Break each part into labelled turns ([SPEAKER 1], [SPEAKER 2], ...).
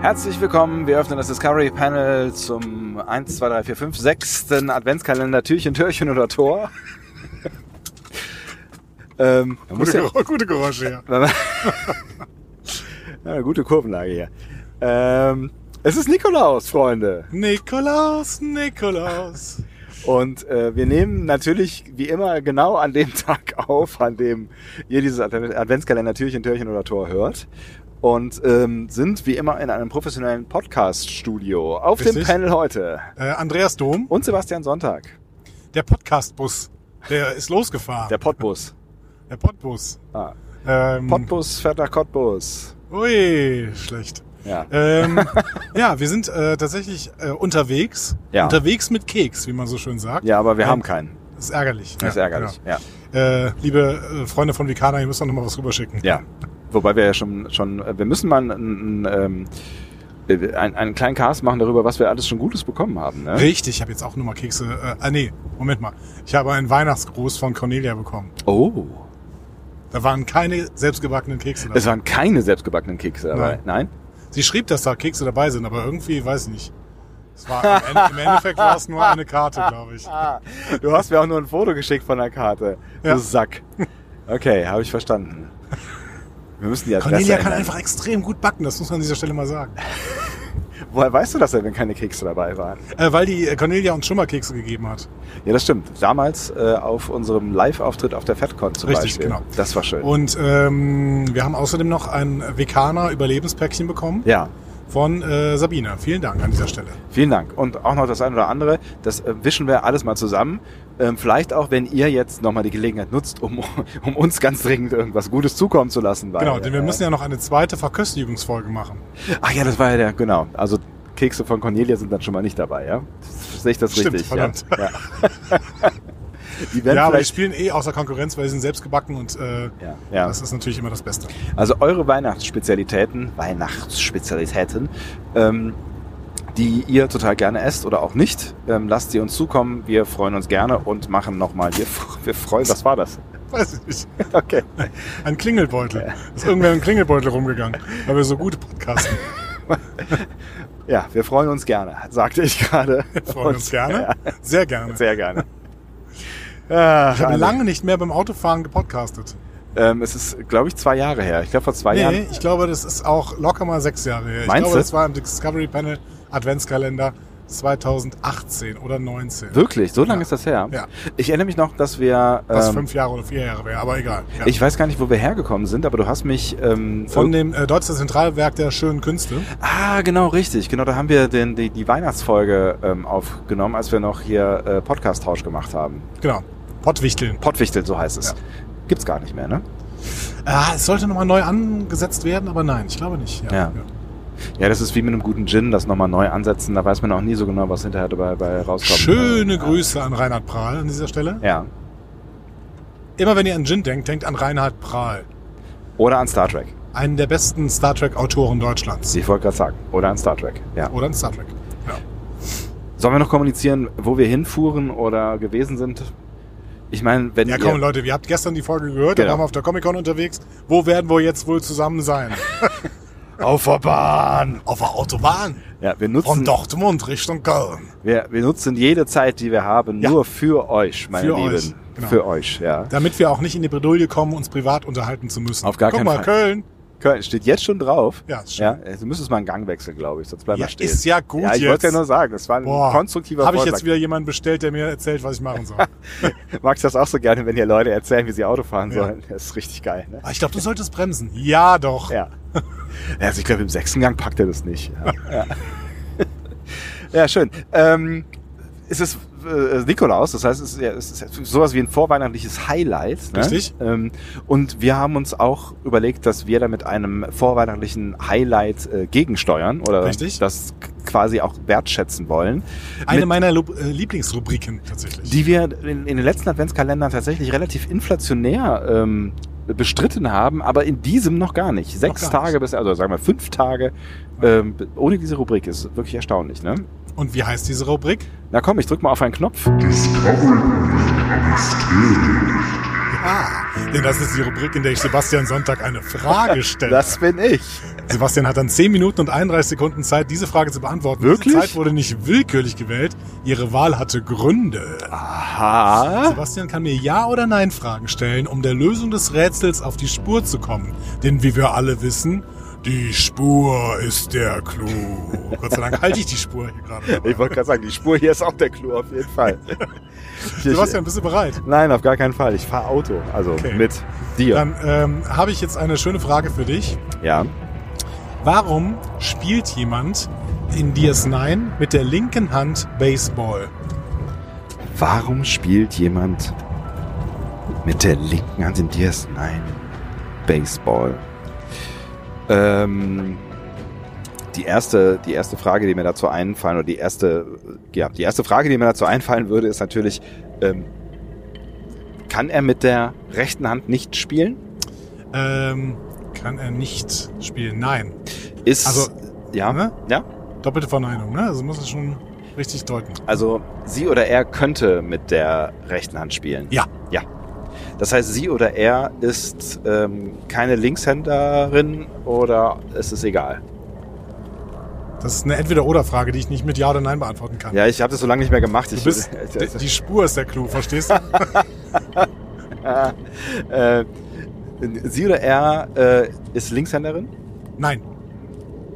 [SPEAKER 1] Herzlich willkommen. Wir öffnen das Discovery Panel zum 1, 2, 3, 4, 5, 6. Adventskalender Türchen, Türchen oder Tor. ähm, muss
[SPEAKER 2] Gute,
[SPEAKER 1] ja,
[SPEAKER 2] Gero gute Geräusche, ja.
[SPEAKER 1] ja, gute Kurvenlage hier. Ähm, es ist Nikolaus, Freunde.
[SPEAKER 2] Nikolaus, Nikolaus.
[SPEAKER 1] Und äh, wir nehmen natürlich wie immer genau an dem Tag auf, an dem ihr dieses Advent- Adventskalender Türchen, Türchen oder Tor hört. Und ähm, sind wie immer in einem professionellen Podcast-Studio. Auf dem
[SPEAKER 2] Richtig.
[SPEAKER 1] Panel heute.
[SPEAKER 2] Äh, Andreas Dom,
[SPEAKER 1] Und Sebastian Sonntag.
[SPEAKER 2] der Podcastbus, der ist losgefahren.
[SPEAKER 1] Der Pottbus.
[SPEAKER 2] Der Podbus.
[SPEAKER 1] Ah.
[SPEAKER 2] Ähm,
[SPEAKER 1] Cottbus fährt nach Cottbus.
[SPEAKER 2] Ui, schlecht.
[SPEAKER 1] Ja.
[SPEAKER 2] Ähm, ja, wir sind äh, tatsächlich äh, unterwegs.
[SPEAKER 1] Ja.
[SPEAKER 2] Unterwegs mit Keks, wie man so schön sagt.
[SPEAKER 1] Ja, aber wir
[SPEAKER 2] Ähm,
[SPEAKER 1] haben keinen.
[SPEAKER 2] Das ist ärgerlich.
[SPEAKER 1] Das ist
[SPEAKER 2] Ja,
[SPEAKER 1] ärgerlich. Ja.
[SPEAKER 2] genau. Äh, liebe äh, Freunde von Vikana, ihr müsst doch nochmal was rüberschicken.
[SPEAKER 1] ja. Wobei wir ja schon, schon, äh, wir müssen mal einen, einen, ähm, einen, einen kleinen Cast machen darüber, was wir alles schon Gutes bekommen haben. Ne?
[SPEAKER 2] Richtig, ich habe jetzt auch nochmal Kekse. Äh, ah, nee, Moment mal. Ich habe einen Weihnachtsgruß von Cornelia bekommen.
[SPEAKER 1] Oh.
[SPEAKER 2] Da waren keine selbstgebackenen Kekse dabei.
[SPEAKER 1] Es waren keine selbstgebackenen Kekse dabei. Nein?
[SPEAKER 2] Sie schrieb, dass da Kekse dabei sind, aber irgendwie, weiß nicht. Es war, am Ende- Im Endeffekt war es nur eine Karte, glaube ich.
[SPEAKER 1] Ah. Du hast mir auch nur ein Foto geschickt von der Karte.
[SPEAKER 2] Ja.
[SPEAKER 1] Du Sack. Okay, habe ich verstanden. Wir müssen die Adresse
[SPEAKER 2] Cornelia kann
[SPEAKER 1] ändern.
[SPEAKER 2] einfach extrem gut backen, das muss man an dieser Stelle mal sagen.
[SPEAKER 1] Woher weißt du das denn, wenn keine Kekse dabei waren?
[SPEAKER 2] Äh, weil die äh, Cornelia uns schon mal Kekse gegeben hat.
[SPEAKER 1] Ja, das stimmt. Damals äh, auf unserem Live-Auftritt auf der FedCon zum
[SPEAKER 2] Richtig,
[SPEAKER 1] Beispiel.
[SPEAKER 2] genau.
[SPEAKER 1] Das war schön.
[SPEAKER 2] Und ähm, wir haben außerdem noch ein veganer Überlebenspäckchen bekommen
[SPEAKER 1] ja,
[SPEAKER 2] von äh, Sabine. Vielen Dank an dieser Stelle.
[SPEAKER 1] vielen Dank. Und auch noch das ein oder andere, das äh, wischen wir alles mal zusammen. Ähm, vielleicht auch, wenn ihr jetzt nochmal die Gelegenheit nutzt, um, um uns ganz dringend irgendwas Gutes zukommen zu lassen. Weil,
[SPEAKER 2] Genau, denn wir
[SPEAKER 1] äh,
[SPEAKER 2] müssen ja noch eine zweite Verköstigungsfolge machen.
[SPEAKER 1] Ach ja, das war ja der, genau. Also Kekse von Cornelia sind dann schon mal nicht dabei, ja? Sehe ich das
[SPEAKER 2] Stimmt,
[SPEAKER 1] richtig?
[SPEAKER 2] verdammt.
[SPEAKER 1] Ja. ja. die werden
[SPEAKER 2] ja, aber wir
[SPEAKER 1] vielleicht...
[SPEAKER 2] spielen eh außer Konkurrenz, weil sie sind selbst gebacken und äh,
[SPEAKER 1] Ja, ja.
[SPEAKER 2] das ist natürlich immer das Beste.
[SPEAKER 1] Also eure Weihnachtsspezialitäten, Weihnachtsspezialitäten, ähm, die ihr total gerne esst oder auch nicht, ähm, lasst sie uns zukommen. Wir freuen uns gerne und machen nochmal hier. Wir freuen. Was war das?
[SPEAKER 2] Weiß ich nicht.
[SPEAKER 1] Okay.
[SPEAKER 2] Ein Klingelbeutel. Ist irgendwer mit einem Klingelbeutel rumgegangen, weil wir so gute Podcasten
[SPEAKER 1] Ja, wir freuen uns gerne, sagte ich gerade.
[SPEAKER 2] freuen uns gerne. Sehr gerne. Ah,
[SPEAKER 1] Sehr gerne. Ach,
[SPEAKER 2] ich habe
[SPEAKER 1] Anne.
[SPEAKER 2] lange nicht mehr beim Autofahren gepodcastet.
[SPEAKER 1] Ähm, es ist, glaube ich, zwei Jahre her. Ich glaube vor zwei
[SPEAKER 2] Nee,
[SPEAKER 1] Jahren.
[SPEAKER 2] ich glaube, das ist auch locker mal sechs Jahre her. Ich
[SPEAKER 1] Meinst
[SPEAKER 2] glaube,
[SPEAKER 1] du?
[SPEAKER 2] das war im Discovery Panel Adventskalender 2018 oder 19.
[SPEAKER 1] Wirklich, so lange
[SPEAKER 2] Ja.
[SPEAKER 1] ist das her.
[SPEAKER 2] Ja.
[SPEAKER 1] Ich erinnere mich noch, dass wir.
[SPEAKER 2] Was
[SPEAKER 1] Ähm,
[SPEAKER 2] fünf Jahre oder vier Jahre wäre, aber egal. Ja.
[SPEAKER 1] ich weiß gar nicht, wo wir hergekommen sind, aber du hast mich ähm,
[SPEAKER 2] Von dem äh, Deutschen Zentralwerk der schönen Künste.
[SPEAKER 1] Ah, genau, richtig. Genau, da haben wir den, die, die Weihnachtsfolge ähm, aufgenommen, als wir noch hier äh, Podcast-Tausch gemacht haben.
[SPEAKER 2] Genau. Pottwichteln.
[SPEAKER 1] Pottwichtel, so heißt es.
[SPEAKER 2] Ja.
[SPEAKER 1] Gibt's gar nicht mehr, ne?
[SPEAKER 2] Ah, es sollte nochmal neu angesetzt werden, aber nein, ich glaube nicht.
[SPEAKER 1] Ja. Ja, das ist wie mit einem guten Gin, das nochmal neu ansetzen. Da weiß man auch nie so genau, was hinterher dabei, dabei rauskommt.
[SPEAKER 2] Schöne
[SPEAKER 1] Ja.
[SPEAKER 2] Grüße an Reinhard Prahl an dieser Stelle.
[SPEAKER 1] Ja.
[SPEAKER 2] Immer wenn ihr an Gin denkt, denkt an Reinhard Prahl.
[SPEAKER 1] Oder an Star Trek.
[SPEAKER 2] einen der besten Star Trek-Autoren Deutschlands.
[SPEAKER 1] Ich wollte gerade sagen. Oder an Star Trek. Ja.
[SPEAKER 2] Oder ein Star Trek. Ja.
[SPEAKER 1] Sollen wir noch kommunizieren, wo wir hinfuhren oder gewesen sind? Ich meine, wenn
[SPEAKER 2] ja,
[SPEAKER 1] ihr...
[SPEAKER 2] komm, Leute, ihr habt gestern die Folge gehört, da
[SPEAKER 1] Genau.
[SPEAKER 2] waren wir auf der Comic-Con unterwegs. Wo werden wir jetzt wohl zusammen sein?
[SPEAKER 1] Auf der Bahn! Hm.
[SPEAKER 2] auf der Autobahn.
[SPEAKER 1] Ja, wir
[SPEAKER 2] Von
[SPEAKER 1] nutzen,
[SPEAKER 2] Dortmund Richtung Köln.
[SPEAKER 1] wir, wir nutzen jede Zeit, die wir haben,
[SPEAKER 2] Ja.
[SPEAKER 1] nur für euch, meine
[SPEAKER 2] Für
[SPEAKER 1] Lieben.
[SPEAKER 2] euch, genau.
[SPEAKER 1] Für euch, ja.
[SPEAKER 2] Damit wir auch nicht in die Bredouille kommen, uns privat unterhalten zu müssen.
[SPEAKER 1] Auf gar
[SPEAKER 2] Guck
[SPEAKER 1] keinen
[SPEAKER 2] mal,
[SPEAKER 1] Fall.
[SPEAKER 2] Köln.
[SPEAKER 1] Köln steht jetzt schon drauf.
[SPEAKER 2] Ja, ist
[SPEAKER 1] Ja,
[SPEAKER 2] schön.
[SPEAKER 1] du müsstest mal einen Gang wechseln, glaube ich, sonst bleiben
[SPEAKER 2] Ja,
[SPEAKER 1] wir stehen.
[SPEAKER 2] ist ja gut
[SPEAKER 1] Ja, ich
[SPEAKER 2] jetzt.
[SPEAKER 1] wollte ja nur sagen, das war ein
[SPEAKER 2] Boah,
[SPEAKER 1] konstruktiver
[SPEAKER 2] Habe ich
[SPEAKER 1] Vorschlag.
[SPEAKER 2] jetzt wieder jemanden bestellt, der mir erzählt, was ich machen soll.
[SPEAKER 1] Magst das auch so gerne, wenn dir Leute erzählen, wie sie Auto fahren
[SPEAKER 2] Ja.
[SPEAKER 1] sollen. Das ist richtig geil, ne?
[SPEAKER 2] Ah, ich glaube, du solltest bremsen. Ja, doch.
[SPEAKER 1] Ja. Ja, Also ich glaube, im sechsten Gang packt er das nicht. Ja, ja. ja schön. Ähm, es ist äh, Nikolaus, das heißt, es ist, ja- es ist sowas wie ein vorweihnachtliches Highlight. Ne?
[SPEAKER 2] Richtig.
[SPEAKER 1] Ähm, und wir haben uns auch überlegt, dass wir da mit einem vorweihnachtlichen Highlight äh, gegensteuern oder
[SPEAKER 2] Richtig.
[SPEAKER 1] das k- quasi auch wertschätzen wollen.
[SPEAKER 2] Eine
[SPEAKER 1] mit,
[SPEAKER 2] meiner Lu- äh, Lieblingsrubriken tatsächlich.
[SPEAKER 1] die wir in, in den letzten Adventskalendern tatsächlich relativ inflationär ähm, bestritten haben, aber in diesem noch gar nicht. Sechs
[SPEAKER 2] Noch gar
[SPEAKER 1] Tage
[SPEAKER 2] nicht.
[SPEAKER 1] bis, also sagen wir fünf Tage ähm, ohne diese Rubrik ist wirklich erstaunlich. Ne?
[SPEAKER 2] Und wie heißt diese Rubrik?
[SPEAKER 1] Na komm, ich drück mal auf einen Knopf.
[SPEAKER 2] Ah, denn das ist die Rubrik, in der ich Sebastian Sonntag eine Frage stelle.
[SPEAKER 1] Das bin ich.
[SPEAKER 2] Sebastian hat dann 10 Minuten und 31 Sekunden Zeit, diese Frage zu beantworten.
[SPEAKER 1] Wirklich?
[SPEAKER 2] Diese Zeit wurde nicht willkürlich gewählt. Ihre Wahl hatte Gründe.
[SPEAKER 1] Ah. Aha.
[SPEAKER 2] Sebastian kann mir Ja- oder Nein-Fragen stellen, um der Lösung des Rätsels auf die Spur zu kommen. Denn wie wir alle wissen, die Spur ist der Clou. Gott sei Dank halte ich die Spur hier gerade. dabei.
[SPEAKER 1] Ich wollte gerade sagen, die Spur hier ist auch der Clou auf jeden Fall.
[SPEAKER 2] Sebastian, bist du bereit?
[SPEAKER 1] Nein, auf gar keinen Fall. Ich fahre Auto, also
[SPEAKER 2] Okay.
[SPEAKER 1] mit dir.
[SPEAKER 2] Dann ähm, habe ich jetzt eine schöne Frage für dich.
[SPEAKER 1] ja.
[SPEAKER 2] Warum spielt jemand in DS9 mit der linken Hand Baseball?
[SPEAKER 1] Warum spielt jemand mit der linken Hand in DS9 Baseball? Ähm, die erste, die erste Frage, die mir dazu einfallen, oder die erste, ja, die erste Frage, die mir dazu einfallen würde, ist natürlich, ähm, kann er mit der rechten Hand nicht spielen?
[SPEAKER 2] Ähm, kann er nicht spielen? Nein.
[SPEAKER 1] Ist,
[SPEAKER 2] Also,
[SPEAKER 1] ja,
[SPEAKER 2] ne?
[SPEAKER 1] ja,
[SPEAKER 2] Doppelte Verneinung, ne? Also muss es schon richtig deuten.
[SPEAKER 1] also sie oder er könnte mit der rechten Hand spielen.
[SPEAKER 2] Ja.
[SPEAKER 1] Ja. Das heißt, sie oder er ist ähm, keine Linkshänderin oder es ist egal.
[SPEAKER 2] Das ist eine Entweder-Oder-Frage, die ich nicht mit Ja oder Nein beantworten kann.
[SPEAKER 1] Ja, ich habe das so lange nicht mehr gemacht.
[SPEAKER 2] Du
[SPEAKER 1] Ich,
[SPEAKER 2] bist,
[SPEAKER 1] äh,
[SPEAKER 2] die Spur ist der Clou, verstehst du?
[SPEAKER 1] äh, sie oder er äh, ist Linkshänderin?
[SPEAKER 2] Nein.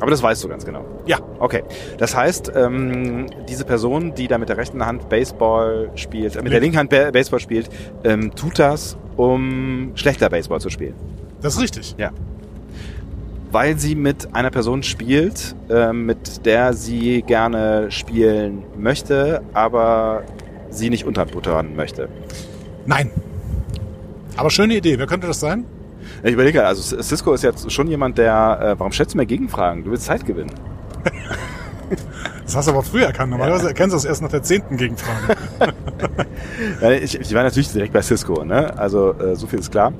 [SPEAKER 1] Aber das weißt du ganz genau.
[SPEAKER 2] Ja.
[SPEAKER 1] Okay. Das heißt, ähm, diese Person, die da mit der rechten Hand Baseball spielt, äh, mit der linken Hand Ba- Baseball spielt, ähm, tut das, um schlechter Baseball zu spielen.
[SPEAKER 2] Das ist richtig.
[SPEAKER 1] weil sie mit einer Person spielt, ähm, mit der sie gerne spielen möchte, aber sie nicht unterbuttern möchte.
[SPEAKER 2] Nein. Aber schöne Idee. Wer könnte das sein?
[SPEAKER 1] Ich überlege, gerade, also Cisco ist jetzt schon jemand, der, äh, warum stellst du mir Gegenfragen? Du willst Zeit gewinnen.
[SPEAKER 2] Das hast du aber früher erkannt. Normalerweise erkennst du das erst nach der zehnten Gegenfrage.
[SPEAKER 1] Äh, Ich, ich war natürlich direkt bei Cisco, ne? Also äh, so viel ist klar.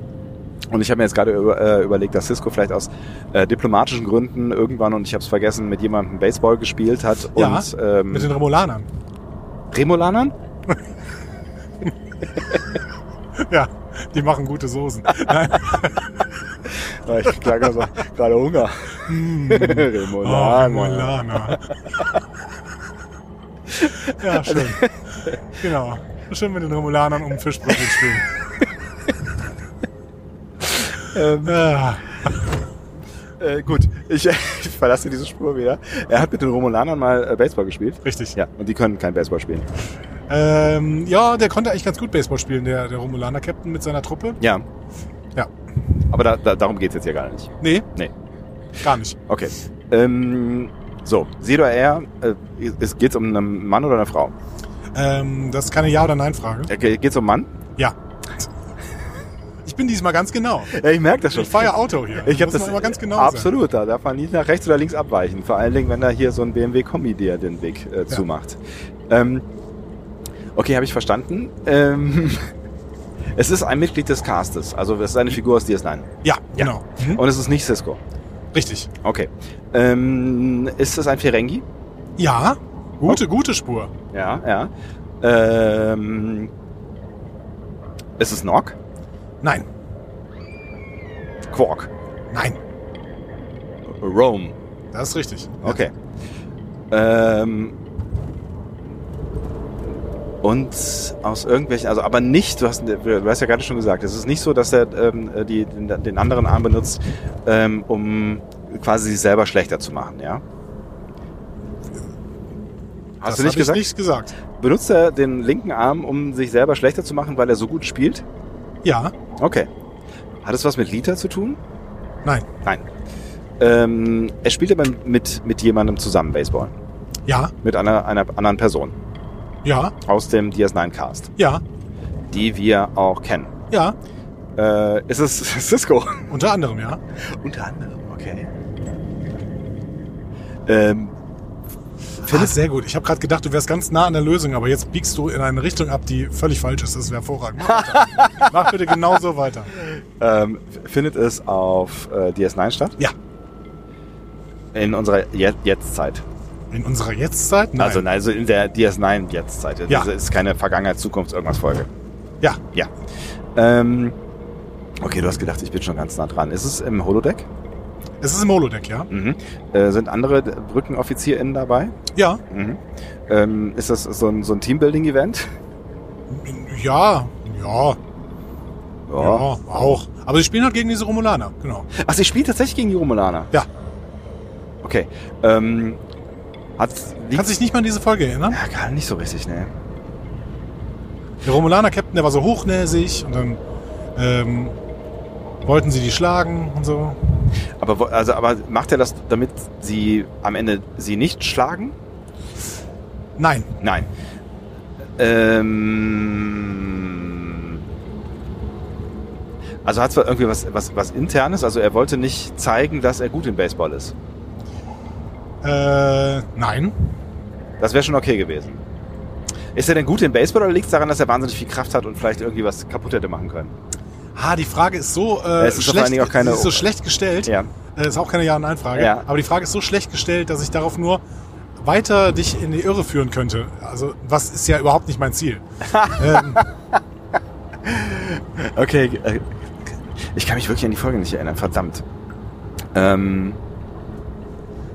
[SPEAKER 1] Und ich habe mir jetzt gerade über, äh, überlegt, dass Cisco vielleicht aus äh, diplomatischen Gründen irgendwann, und ich habe es vergessen, mit jemandem Baseball gespielt hat.
[SPEAKER 2] Ja,
[SPEAKER 1] und, ähm,
[SPEAKER 2] Mit den Remolanern.
[SPEAKER 1] Remolanern?
[SPEAKER 2] Ja, die machen gute Soßen.
[SPEAKER 1] Ja, Ich klang also gerade Hunger. Hm.
[SPEAKER 2] Oh,
[SPEAKER 1] Remolana.
[SPEAKER 2] Remolaner. ja, schön. Genau. Schön mit den Remolanern um Fischbrötchen spielen.
[SPEAKER 1] Ähm.
[SPEAKER 2] Ah,
[SPEAKER 1] Äh, gut, ich, ich verlasse diese Spur wieder. Er hat mit den Romulanern mal äh, Baseball gespielt.
[SPEAKER 2] richtig.
[SPEAKER 1] Ja, und die können kein Baseball spielen.
[SPEAKER 2] Ähm, ja, der konnte eigentlich ganz gut Baseball spielen, der, der Romulaner-Captain mit seiner Truppe.
[SPEAKER 1] Ja.
[SPEAKER 2] Ja.
[SPEAKER 1] Aber da, da, darum geht's jetzt hier gar nicht.
[SPEAKER 2] Nee,
[SPEAKER 1] Nee.
[SPEAKER 2] gar nicht.
[SPEAKER 1] Okay. Ähm, so, sie oder er, äh, es geht's um einen Mann oder eine Frau?
[SPEAKER 2] Ähm, das ist keine Ja- oder Nein-Frage.
[SPEAKER 1] Äh, geht's um einen Mann?
[SPEAKER 2] Ja. Ich bin diesmal ganz genau.
[SPEAKER 1] Ja, ich merke das schon.
[SPEAKER 2] Ich fahre ja Auto hier.
[SPEAKER 1] Ich habe
[SPEAKER 2] Muss
[SPEAKER 1] das
[SPEAKER 2] man immer ganz genau sein.
[SPEAKER 1] Absolut, da darf man nicht nach rechts oder links abweichen. Vor allen Dingen, wenn da hier so ein BMW Kombi dir den Weg äh, zumacht. Ähm, okay, habe ich verstanden. Ähm, es ist ein Mitglied des Castes, also es ist eine Figur aus DS9.
[SPEAKER 2] Ja, genau. Mhm.
[SPEAKER 1] Und es ist nicht Cisco.
[SPEAKER 2] Richtig.
[SPEAKER 1] Okay. Ähm, ist es ein Ferengi?
[SPEAKER 2] Ja, gute, gute Spur.
[SPEAKER 1] Ja, ja. Ähm, ist es Nog?
[SPEAKER 2] Nein,
[SPEAKER 1] Quark.
[SPEAKER 2] nein.
[SPEAKER 1] Rome.
[SPEAKER 2] Das ist richtig.
[SPEAKER 1] Okay. Ähm, und aus irgendwelchen, also aber nicht, du hast, du hast ja gerade schon gesagt, es ist nicht so, dass er ähm, die, den, den anderen Arm benutzt, ähm, um quasi sich selber schlechter zu machen, ja?
[SPEAKER 2] das
[SPEAKER 1] Hast du nicht
[SPEAKER 2] hab
[SPEAKER 1] gesagt?
[SPEAKER 2] Ich nicht gesagt.
[SPEAKER 1] Benutzt er den linken Arm, um sich selber schlechter zu machen, weil er so gut spielt?
[SPEAKER 2] Ja,
[SPEAKER 1] Okay. Hat es was mit Lita zu tun?
[SPEAKER 2] nein.
[SPEAKER 1] Nein. Ähm, er spielt aber mit, mit jemandem zusammen Baseball.
[SPEAKER 2] Ja,
[SPEAKER 1] Mit einer, einer anderen Person.
[SPEAKER 2] Ja,
[SPEAKER 1] aus dem DS9-Cast,
[SPEAKER 2] ja,
[SPEAKER 1] die wir auch kennen.
[SPEAKER 2] ja.
[SPEAKER 1] Äh, es ist Cisco.
[SPEAKER 2] Unter anderem, ja.
[SPEAKER 1] Unter anderem, okay. Ähm, Philipp-
[SPEAKER 2] Ah, sehr gut. Ich habe gerade gedacht, du wärst ganz nah an der Lösung, aber jetzt biegst du in eine Richtung ab, die völlig falsch ist. Das ist hervorragend. Mach, weiter. Mach bitte genauso weiter.
[SPEAKER 1] ähm, findet es auf äh, DS9 statt?
[SPEAKER 2] Ja,
[SPEAKER 1] In unserer Je Jetztzeit.
[SPEAKER 2] in unserer Jetztzeit? Nein.
[SPEAKER 1] Also, nein, also in der DS9 Jetztzeit.
[SPEAKER 2] Ja.
[SPEAKER 1] Das ist keine Vergangenheit, Zukunft, irgendwas Folge.
[SPEAKER 2] Ja,
[SPEAKER 1] Ja. Ähm, okay, du hast gedacht, ich bin schon ganz nah dran. Ist es im Holodeck?
[SPEAKER 2] es ist im Holodeck, ja?
[SPEAKER 1] Mhm. Äh, sind andere BrückenoffizierInnen dabei?
[SPEAKER 2] Ja,
[SPEAKER 1] Mhm. Ähm, ist das so ein, so ein Teambuilding-Event?
[SPEAKER 2] ja, ja, ja, auch. Aber sie spielen halt gegen diese Romulaner, genau.
[SPEAKER 1] Ach, sie spielt tatsächlich gegen die Romulaner?
[SPEAKER 2] Ja.
[SPEAKER 1] Okay. Ähm, hat
[SPEAKER 2] Kannst dich nicht mal an diese Folge erinnern?
[SPEAKER 1] ja, gar nicht so richtig, ne?
[SPEAKER 2] Der Romulaner-Captain, der war so hochnäsig und dann ähm, wollten sie die schlagen und so.
[SPEAKER 1] Aber, wo- also, aber macht er das, damit sie am Ende sie nicht schlagen?
[SPEAKER 2] Nein,
[SPEAKER 1] Nein. Ähm, also hat zwar irgendwie was, was, was internes, also er wollte nicht zeigen, dass er gut im Baseball ist.
[SPEAKER 2] äh, nein.
[SPEAKER 1] Das wäre schon okay gewesen. Ist er denn gut im Baseball oder liegt es daran, dass er wahnsinnig viel Kraft hat und vielleicht irgendwie was kaputt hätte machen können?
[SPEAKER 2] Ah, die Frage ist so,
[SPEAKER 1] Ja,
[SPEAKER 2] äh,
[SPEAKER 1] es ist vor allen
[SPEAKER 2] schlecht,
[SPEAKER 1] Dingen auch keine-
[SPEAKER 2] sie ist so schlecht gestellt.
[SPEAKER 1] Ja.
[SPEAKER 2] Äh, ist auch keine Ja- und Nein-Frage.
[SPEAKER 1] Ja.
[SPEAKER 2] Aber die Frage ist so schlecht gestellt, dass ich darauf nur weiter dich in die Irre führen könnte. Also, was ist ja überhaupt nicht mein Ziel. ähm,
[SPEAKER 1] Okay, äh, ich kann mich wirklich an die Folge nicht erinnern, verdammt. Ähm,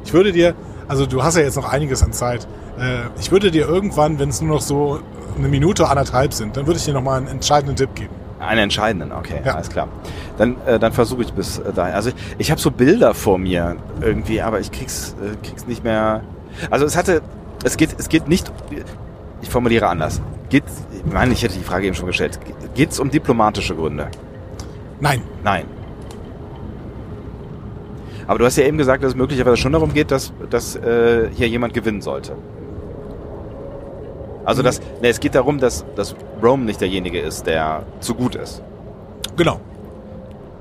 [SPEAKER 2] ich würde dir, also du hast ja jetzt noch einiges an Zeit. Äh, ich würde dir irgendwann, wenn es nur noch so eine Minute, anderthalb sind, dann würde ich dir nochmal einen entscheidenden Tipp geben.
[SPEAKER 1] einen entscheidenden, okay,
[SPEAKER 2] Ja.
[SPEAKER 1] alles klar. Dann, äh, dann versuche ich bis äh, dahin. Also ich habe so Bilder vor mir irgendwie, aber ich krieg's, äh, krieg's nicht mehr. Also es hatte, es geht, es geht nicht. Ich formuliere anders. Geht, ich meine, ich hätte die Frage eben schon gestellt. Geht's um diplomatische Gründe?
[SPEAKER 2] Nein,
[SPEAKER 1] Nein. Aber du hast ja eben gesagt, dass es möglicherweise schon darum geht, dass, dass äh, hier jemand gewinnen sollte. Also das, ne, es geht darum, dass, dass Rome nicht derjenige ist, der zu gut ist,
[SPEAKER 2] genau.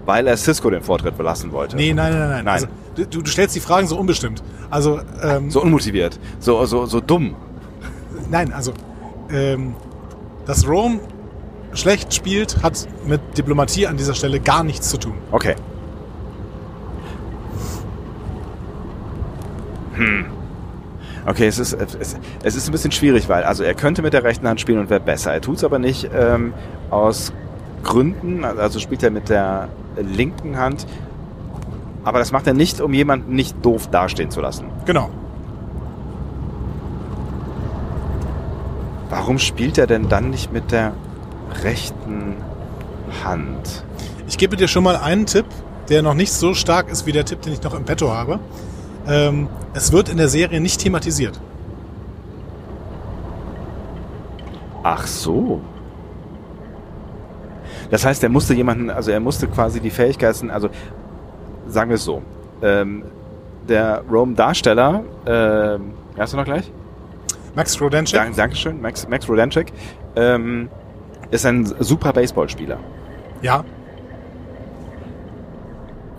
[SPEAKER 1] weil er Cisco den Vortritt belassen wollte.
[SPEAKER 2] Nee, nein, nein, nein. nein.
[SPEAKER 1] Äh, Nein.
[SPEAKER 2] Also, du, du stellst die Fragen so unbestimmt. Also, ähm,
[SPEAKER 1] So unmotiviert, so, so, so dumm.
[SPEAKER 2] Nein, also, ähm, dass Rome schlecht spielt, hat mit Diplomatie an dieser Stelle gar nichts zu tun.
[SPEAKER 1] Okay. Hm. Okay, es ist, es, es ist ein bisschen schwierig, weil also er könnte mit der rechten Hand spielen und wäre besser. Er tut's aber nicht ähm, aus Gründen, also spielt er mit der linken Hand. Aber das macht er nicht, um jemanden nicht doof dastehen zu lassen.
[SPEAKER 2] Genau.
[SPEAKER 1] Warum spielt er denn dann nicht mit der rechten Hand?
[SPEAKER 2] Ich gebe dir schon mal einen Tipp, der noch nicht so stark ist wie der Tipp, den ich noch im Petto habe. Ähm, es wird in der Serie nicht thematisiert.
[SPEAKER 1] Ach so. Das heißt, er musste jemanden, also er musste quasi die Fähigkeiten, also sagen wir es so, ähm, der Rome-Darsteller, ähm, hast du noch gleich?
[SPEAKER 2] Max Rodenschek?
[SPEAKER 1] Dank- Dankeschön, Max, Max Rodanczyk, ähm, ist ein super Baseballspieler.
[SPEAKER 2] Ja,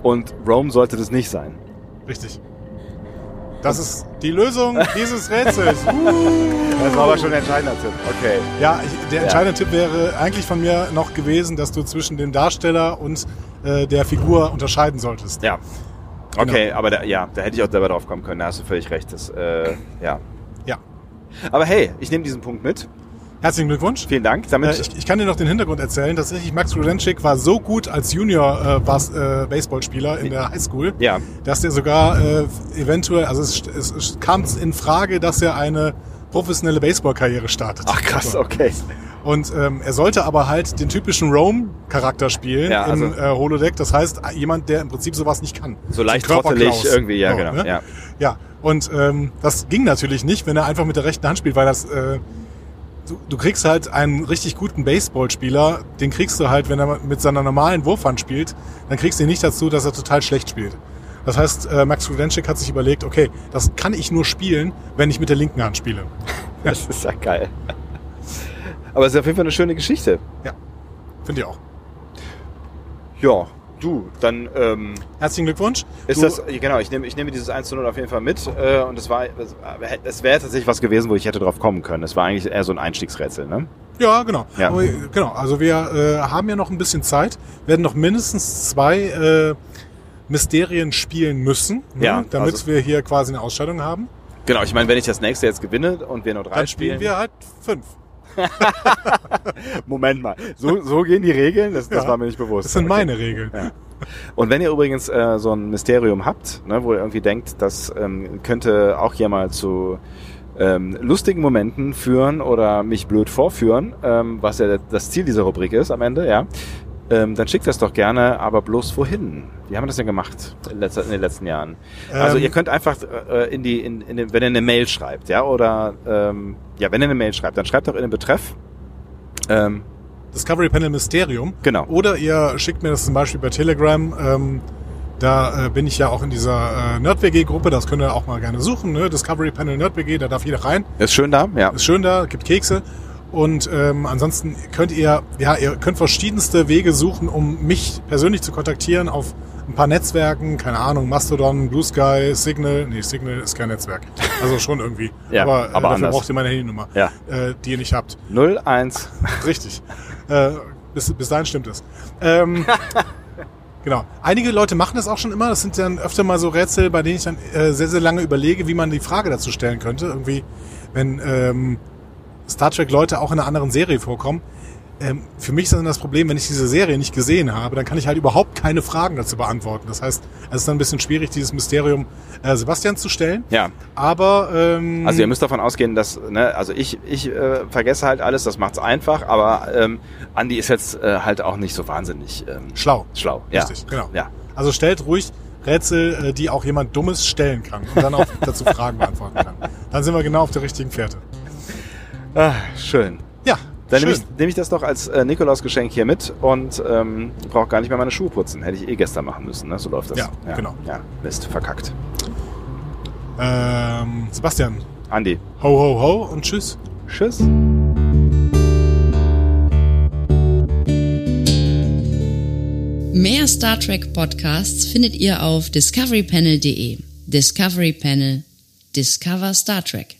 [SPEAKER 1] Und Rome sollte das nicht sein.
[SPEAKER 2] richtig. Das ist die Lösung dieses Rätsels.
[SPEAKER 1] Das war aber schon ein entscheidender Tipp. Okay.
[SPEAKER 2] Ja, ich, der entscheidende Tipp wäre eigentlich von mir noch gewesen, dass du zwischen dem Darsteller und äh, der Figur unterscheiden solltest.
[SPEAKER 1] Ja. Okay, aber da, ja, da hätte ich auch selber drauf kommen können. Da hast du völlig recht. Das, äh, ja.
[SPEAKER 2] Ja.
[SPEAKER 1] Aber hey, ich nehme diesen Punkt mit.
[SPEAKER 2] Herzlichen Glückwunsch.
[SPEAKER 1] Vielen Dank. Damit
[SPEAKER 2] Äh, ich, ich kann dir noch den Hintergrund erzählen. Tatsächlich, Max Rudenschik war so gut als Junior äh, Bas äh, Baseballspieler in der Highschool,
[SPEAKER 1] Ja.
[SPEAKER 2] dass der sogar äh, eventuell, also es, es, es kam in Frage, dass er eine professionelle Baseballkarriere startet.
[SPEAKER 1] Ach krass,
[SPEAKER 2] So.
[SPEAKER 1] okay.
[SPEAKER 2] Und ähm, er sollte aber halt den typischen Rome-Charakter spielen
[SPEAKER 1] Ja,
[SPEAKER 2] im
[SPEAKER 1] also-
[SPEAKER 2] äh, Holodeck. Das heißt, äh, jemand, der im Prinzip sowas nicht kann.
[SPEAKER 1] So leicht
[SPEAKER 2] Körperklaus.
[SPEAKER 1] trottelig irgendwie, ja, genau.
[SPEAKER 2] ne?
[SPEAKER 1] Ja.
[SPEAKER 2] Ja, und ähm, das ging natürlich nicht, wenn er einfach mit der rechten Hand spielt, weil das, äh, du, du kriegst halt einen richtig guten Baseballspieler, den kriegst du halt, wenn er mit seiner normalen Wurfhand spielt, dann kriegst du ihn nicht dazu, dass er total schlecht spielt. Das heißt, äh, Max Rudenschik hat sich überlegt, okay, das kann ich nur spielen, wenn ich mit der linken Hand spiele.
[SPEAKER 1] Das ist ja geil. Aber es ist auf jeden Fall eine schöne Geschichte.
[SPEAKER 2] Finde ich auch.
[SPEAKER 1] Ja, du, dann ähm,
[SPEAKER 2] Herzlichen Glückwunsch.
[SPEAKER 1] ist
[SPEAKER 2] du,
[SPEAKER 1] das, genau, ich nehme, ich nehme dieses 1 zu 0 auf jeden Fall mit äh, und es war, es, es wäre tatsächlich was gewesen, wo ich hätte drauf kommen können. Es war eigentlich eher so ein Einstiegsrätsel, ne?
[SPEAKER 2] Ja, genau.
[SPEAKER 1] Ja.
[SPEAKER 2] Aber, äh, genau. Also wir äh, haben ja noch ein bisschen Zeit, werden noch mindestens zwei äh, Mysterien spielen müssen, ne?
[SPEAKER 1] Ja,
[SPEAKER 2] damit
[SPEAKER 1] also-
[SPEAKER 2] wir hier quasi eine Ausscheidung haben.
[SPEAKER 1] Genau, ich meine, wenn ich das nächste jetzt gewinne und wir nur drei
[SPEAKER 2] Dann spielen wir halt fünf.
[SPEAKER 1] Moment mal, so, so gehen die Regeln, das, das
[SPEAKER 2] Ja.
[SPEAKER 1] war mir nicht bewusst.
[SPEAKER 2] Das sind
[SPEAKER 1] Okay.
[SPEAKER 2] meine Regeln.
[SPEAKER 1] Und wenn ihr übrigens äh, so ein Mysterium habt, ne, wo ihr irgendwie denkt, das ähm, könnte auch hier mal zu ähm, lustigen Momenten führen oder mich blöd vorführen, ähm, was ja das Ziel dieser Rubrik ist am Ende, ja, ähm, dann schickt das doch gerne, aber bloß wohin? Wie haben wir das denn gemacht in, letzter, in den letzten Jahren? Also
[SPEAKER 2] Ähm,
[SPEAKER 1] ihr könnt einfach äh, in die, in, in, den- wenn ihr eine Mail schreibt, ja, oder ähm, ja, wenn ihr eine Mail schreibt, dann schreibt doch in den Betreff. Ähm,
[SPEAKER 2] Discovery Panel Mysterium.
[SPEAKER 1] genau.
[SPEAKER 2] Oder ihr schickt mir das zum Beispiel bei Telegram. Ähm, da äh, bin ich ja auch in dieser äh, Nerd-WG-Gruppe. Das könnt ihr auch mal gerne suchen. Ne? Discovery Panel Nerd-WG, da darf jeder rein.
[SPEAKER 1] Ist schön da, ja.
[SPEAKER 2] Ist schön da, gibt Kekse. Und ähm, ansonsten könnt ihr, ja, ihr könnt verschiedenste Wege suchen, um mich persönlich zu kontaktieren auf ein paar Netzwerken, keine Ahnung, Mastodon, Blue Sky, Signal. Nee, Signal ist kein Netzwerk. Also schon irgendwie.
[SPEAKER 1] Ja,
[SPEAKER 2] aber äh,
[SPEAKER 1] aber
[SPEAKER 2] dafür
[SPEAKER 1] anders.
[SPEAKER 2] braucht ihr meine Handynummer,
[SPEAKER 1] Ja.
[SPEAKER 2] äh, die ihr nicht habt.
[SPEAKER 1] 01
[SPEAKER 2] Richtig. äh, bis, bis dahin stimmt es. Ähm, genau. Einige Leute machen das auch schon immer. Das sind dann öfter mal so Rätsel, bei denen ich dann äh, sehr, sehr lange überlege, wie man die Frage dazu stellen könnte. Irgendwie, wenn ähm, Star Trek-Leute auch in einer anderen Serie vorkommen. Ähm, für mich ist dann das Problem, wenn ich diese Serie nicht gesehen habe, dann kann ich halt überhaupt keine Fragen dazu beantworten. Das heißt, es ist dann ein bisschen schwierig, dieses Mysterium äh, Sebastian zu stellen.
[SPEAKER 1] Ja,
[SPEAKER 2] Aber ähm,
[SPEAKER 1] also ihr müsst davon ausgehen, dass, ne, also ich, ich äh, vergesse halt alles, das macht's einfach, aber ähm, Andi ist jetzt äh, halt auch nicht so wahnsinnig ähm,
[SPEAKER 2] schlau.
[SPEAKER 1] schlau. Ja.
[SPEAKER 2] Richtig, genau.
[SPEAKER 1] Ja.
[SPEAKER 2] Also stellt ruhig Rätsel, äh, die auch jemand Dummes stellen kann und dann auch dazu Fragen beantworten kann. Dann sind wir genau auf der richtigen Fährte.
[SPEAKER 1] Ah, schön.
[SPEAKER 2] Ja,
[SPEAKER 1] Dann nehme
[SPEAKER 2] schön.
[SPEAKER 1] ich, nehm ich das doch als äh, Nikolausgeschenk hier mit und ähm, brauche gar nicht mehr meine Schuhe putzen. Hätte ich eh gestern machen müssen, ne? So läuft das.
[SPEAKER 2] Ja, genau.
[SPEAKER 1] Ja, Mist, verkackt.
[SPEAKER 2] Ähm, Sebastian,
[SPEAKER 1] Andi,
[SPEAKER 2] ho, ho, ho und tschüss.
[SPEAKER 1] tschüss.
[SPEAKER 3] Mehr Star Trek Podcasts findet ihr auf discoverypanel.de. Discovery Panel. Discover Star Trek.